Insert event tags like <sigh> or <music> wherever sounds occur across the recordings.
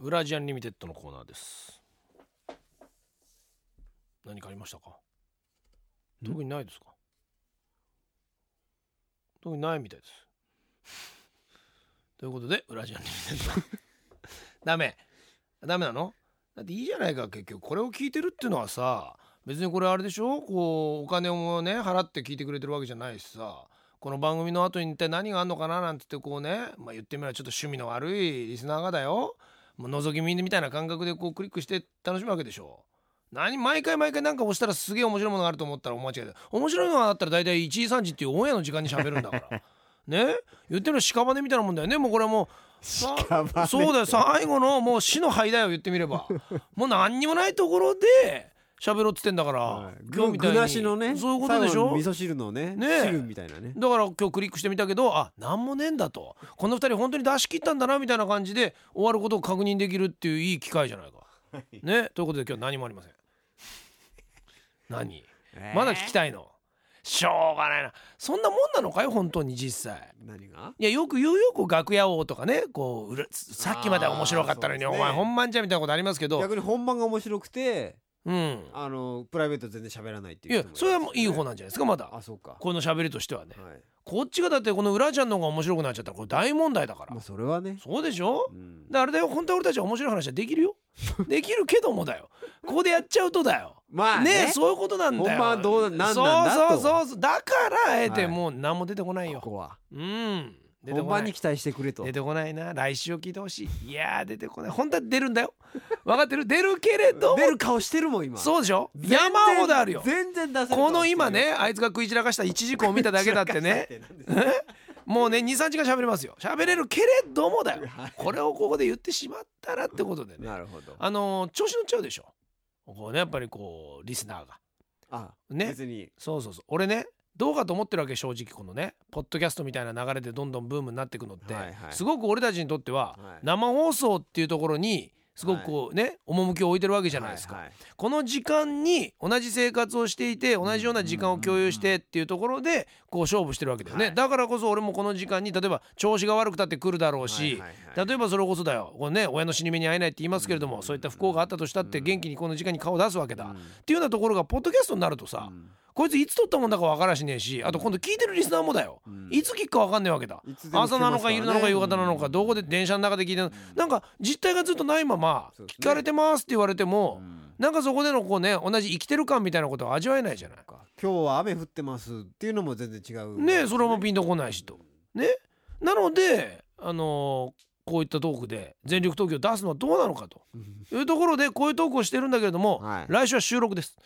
ウラジアンリミテッドのコーナーです何かありましたかん特にないですか特にないみたいですということでウラジアンリミテッド <laughs> ダメダメなのだっていいじゃないか結局これを聞いてるっていうのはさ別にこれあれでしょこうお金をね払って聞いてくれてるわけじゃないしさこの番組の後に一体何があんのかななんて言ってこうね、まあ、言ってみればちょっと趣味の悪いリスナーがだよもう覗き見みたいな感覚でこうクリックして楽しむわけでしょ何毎回毎回なんか押したらすげえ面白いものがあると思ったらお間違いだ面白いのがあったら大体1時3時っていうオンエアの時間に喋るんだから <laughs> ね言ってみれば屍みたいなもんだよねもうこれはもうさ <laughs> 屍そうだよ最後のもう死の灰だよ言ってみればもう何にもないところで喋ろうっつってんだから、はい今日具みたい具になしのねそういうことでし最後のょ味噌汁のねねえ汁みたいなねだから今日クリックしてみたけどあ何もねえんだとこの2人本当に出し切ったんだなみたいな感じで終わることを確認できるっていういい機会じゃないか。ねということで今日何もありません。<laughs> 何まだ聞きたたいのしょうがないなそんなもんなのかよ本当に実際。何がいやよく言うよこう楽屋王とかねこううらさっきまでは面白かったのに、あーそうおですね前本番じゃんみたいなことありますけど逆に本番が面白くてうんあのプライベート全然喋らないっていいうや人もますそれはもういい方なんじゃないですかまだあそうかこの喋りとしてはねはいこっちがだってこの裏ちゃんの方が面白くなっちゃったらこれ大問題だからまあそれはねそうでしょうんであれだよ本当は俺たちは面白い話はできる <laughs> よできるけどもだよここでやっちゃうとだよまあねねそういうことなんだよ本番はどうなんなんだそうそとうそうそうだからあえてはいもう何も出てこないよ、ここはうん出て本こな番にい期待してくれと出てこないな来週を聞いてほしいいやー出てこない本当は出るんだよ分かってる出るけれども出る顔してるもん今そうでしょ全然山ほどあるよ全然出せるこの今ねあいつが食い散らかした一時間を見ただけだって <laughs> ねもうね23時間喋れますよ喋れるけれどもだよはい <laughs> これをここで言ってしまったらってことでねなるほどあのー調子乗っちゃうでしょこうねやっぱりこうリスナーがあね別にそうそうそう俺ねどうかと思ってるわけ正直このねポッドキャストみたいな流れでどんどんブームになっていくのって、はいはいすごく俺たちにとっては、はい生放送っていうところにすごくこうね、趣を置いてるわけじゃないですか、はいはいこの時間に同じ生活をしていて同じような時間を共有してっていうところでこう勝負してるわけだよね、はいだからこそ俺もこの時間に例えば調子が悪くたって来るだろうし、はいはいはい例えばそれこそだよこれね親の死に目に会えないって言いますけれども、そういった不幸があったとしたって元気にこの時間に顔を出すわけだ、うんっていうようなところがポッドキャストになるとさ、うんこいついつ撮ったもんだかわからしねえしあと今度聞いてるリスナーもだよ、うんいつ聞くかわかんねえわけだいつでも聞け朝なのますからね昼なのか夕方なのか、うんどこで電車の中で聞いてる、なんか実態がずっとないままそうです聞ねかれてますって言われても、うんなんかそこでのこうね同じ生きてる感みたいなことは味わえないじゃない。今日は雨降ってますっていうのも全然違うねえそれもピンとこないしと。ねなのであのーこういったトークで全力投球を出すのはどうなのかとうんいうところでこういうトークをしてるんだけれども、はい来週は収録です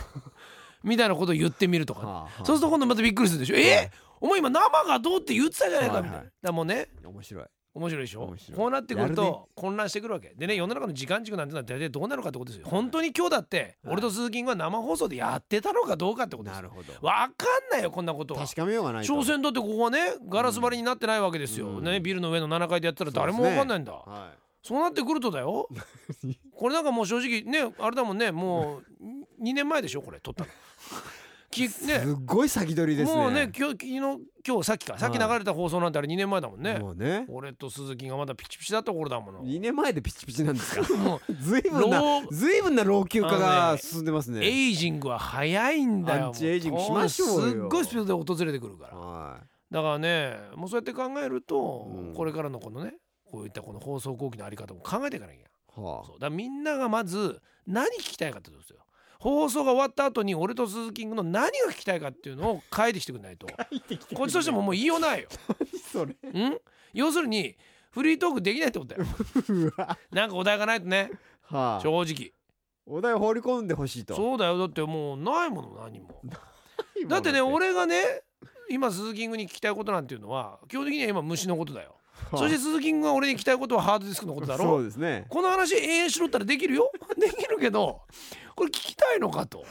<laughs> みたいなことを言ってみるとかね、はあはあそうすると今度またびっくりするでしょ、えお前今生がどうって言ってたじゃないかみたいな、はいはいだからもうね面白い面白いでしょ面白いこうなってくるやるねと混乱してくるわけでね世の中の時間軸なんてのは大体どうなるかってことですよ本当に今日だってはい俺と鈴木君が生放送でやってたのかどうかってことですなよるほどわかんないよこんなことは確かめようがないと朝鮮だってここはねガラス張りになってないわけですよ、うんねビルの上の7階でやってたら誰そもうですわかねんないんだはそうなってくるとだよこれなんかもう正直ねあれだもんねもう2年前でしょこれ撮ったの <laughs> きいねすっごい先取りですねもうね今日昨日今日さっきかさっき流れた放送なんてあれ2年前だもんね、もうね俺と鈴木がまだピチピチだった頃だもの2年前でピチピチなんで <laughs> すかもずいぶんな老ずいぶんな老朽化あのがね進んでますうねエイジングは早いんだよアンチエイジングしましょうよもすっごいスピードで訪れてくるからはだからねもうそうやって考えると、うんこれからのこのねこういったこの放送後期のあり方も考えていかなきゃいそはうだからみんながまず何聞きたいかってことですよ放送が終わった後に俺と鈴木君の何が聞きたいかっていうのを書いてきてくれ <laughs> ないとあこっちとしてももう言いようないよ。<laughs> それん要するにフリートークできないってことだよ。うわなんかお題がないとねはあ正直。お題を放り込んでほしいとそうだよだってもうないもの <laughs> 何も。今だってねは俺がね今鈴木君に聞きたいことなんていうのは基本的には今虫のことだよ。あそして鈴木君が俺に聞きたいことはハードディスクのことだろそうですねこの話永遠しろったらできるよできるけどこれ聞きたいのかと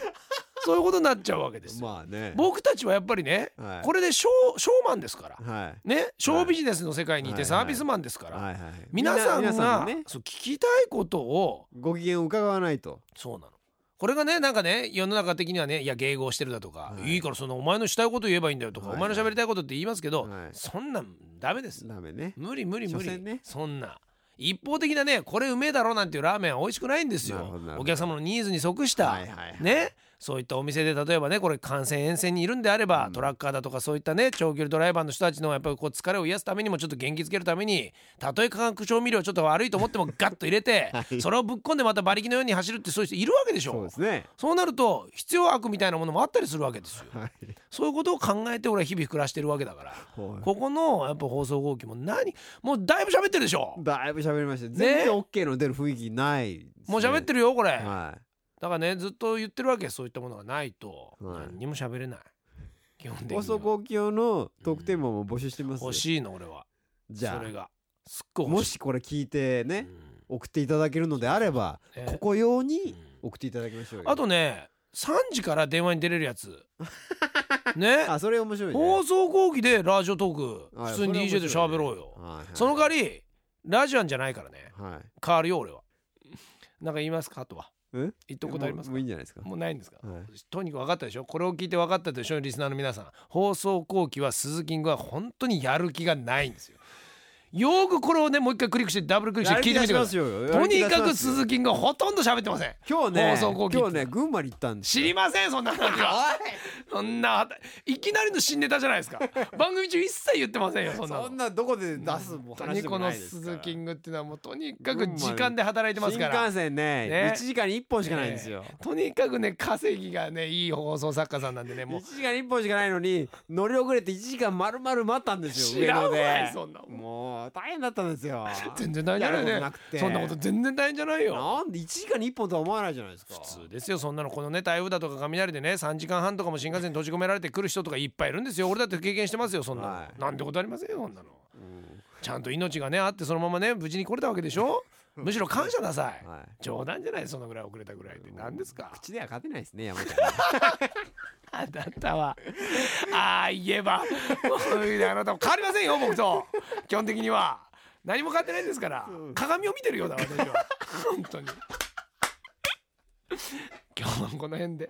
そういうことになっちゃうわけですよ、まあね僕たちはやっぱりね、はいこれでショーショーマンですからはいねショービジネスの世界にいはいてはいサービスマンですから、はいはい皆さんみが皆のねそう聞きたいことをご機嫌を伺わないとそうなのこれがねなんかね世の中的にはねいや迎合してるだとか、はいい、いからそのお前のしたいこと言えばいいんだよとか、はいお前の喋りたいことって言いますけど、はいそんなんダメですダメね無理無理無所理、詮ねそんな一方的なねこれうめえだろなんていうラーメンは美味しくないんですなるほよどなるほどお客様のニーズに即した、はいはいはいねそういったお店で例えばねこれ幹線沿線にいるんであれば、トラッカーだとかそういったね長距離ドライバーの人たちのやっぱりこう疲れを癒すためにもちょっと元気づけるためにたとえ化学調味料ちょっと悪いと思 <laughs> ってもガッと入れて、はいそれをぶっ込んでまた馬力のように走るってそういう人いるわけでしょそうですねそうなると必要悪みたいなものもあったりするわけですよはいそういうことを考えて俺は日々暮らしてるわけだからほいここのやっぱ放送号機も何もうだいぶ喋ってるでしょだいぶ喋りました全然 OK の出る雰囲気ないですねもう喋ってるよこれ、はだからねずっと言ってるわけそういったものがないとはい何にも喋れない、基本的いには放送後期用の特典ももう募集してますよ欲しいの俺はじゃそれあがすっごいも欲しいしこれ聞いてうねん送っていただけるのであればえーここ用うにん送っていただきましょうよあとね3時から電話に出れるや <laughs> つねあそれ面白いね放送後期でラジオトークはい普通に DJ と喋ろうよはいはいその代わりラジアンじゃないからねはい変わるよ俺は <laughs> なんか言いますかあとはえ言っとくことありますかももうもういいんじゃないですかうないんですかはいとにかく分かったでしょこれを聞いて分かったでしょリスナーの皆さん放送後期は鈴キングは本当にやる気がないんですよよーくこれをねもう一回クリックしてダブルクリックして聞いてみてくださいとにかく鈴木キングはほとんど喋ってません今日ね放送後期今日ね群馬に行ったんです知りませんそんな <laughs> 話はそんないきなりの新ネタじゃない <laughs> ですか番組中一切言ってませんよそんなのそんなどこで出す本もう当に話でこものないですから鈴キングっていうのはもうとにかく時間で働いてます新から幹線ねね1時間に1本しかないんですよとにかくね稼ぎがねいい放送作家さんなんでねも1う時間に1本しかないのに乗り遅れて1時間丸々待ったんですよ知上らん野わいでそんなもんもう大変だったんで <laughs> すよ全然大変じゃないやることねなくてそんなこと全然大変じゃないよなんで1時間に1本とは思わないじゃないですか普通ですよそんなのこのね台風だとか雷でね3時間半とかも新幹線に閉じ込められてくる人とかいっぱいいるんですよ俺だって経験してますよそんなの、はいなんてことありませんよそんなのうんちゃんと命がねあってそのままね無事に来れたわけでし <laughs> ょむしろ感謝なさい、はい冗談じゃないそのぐらい遅れたぐらいって何ですか口では勝てないですね山ちゃんあなたはああ言えばもうあなたも変わりませんよ僕と基本的には何も変わってないんですからそう鏡を見てるようだ私は本当に今日はこの辺で。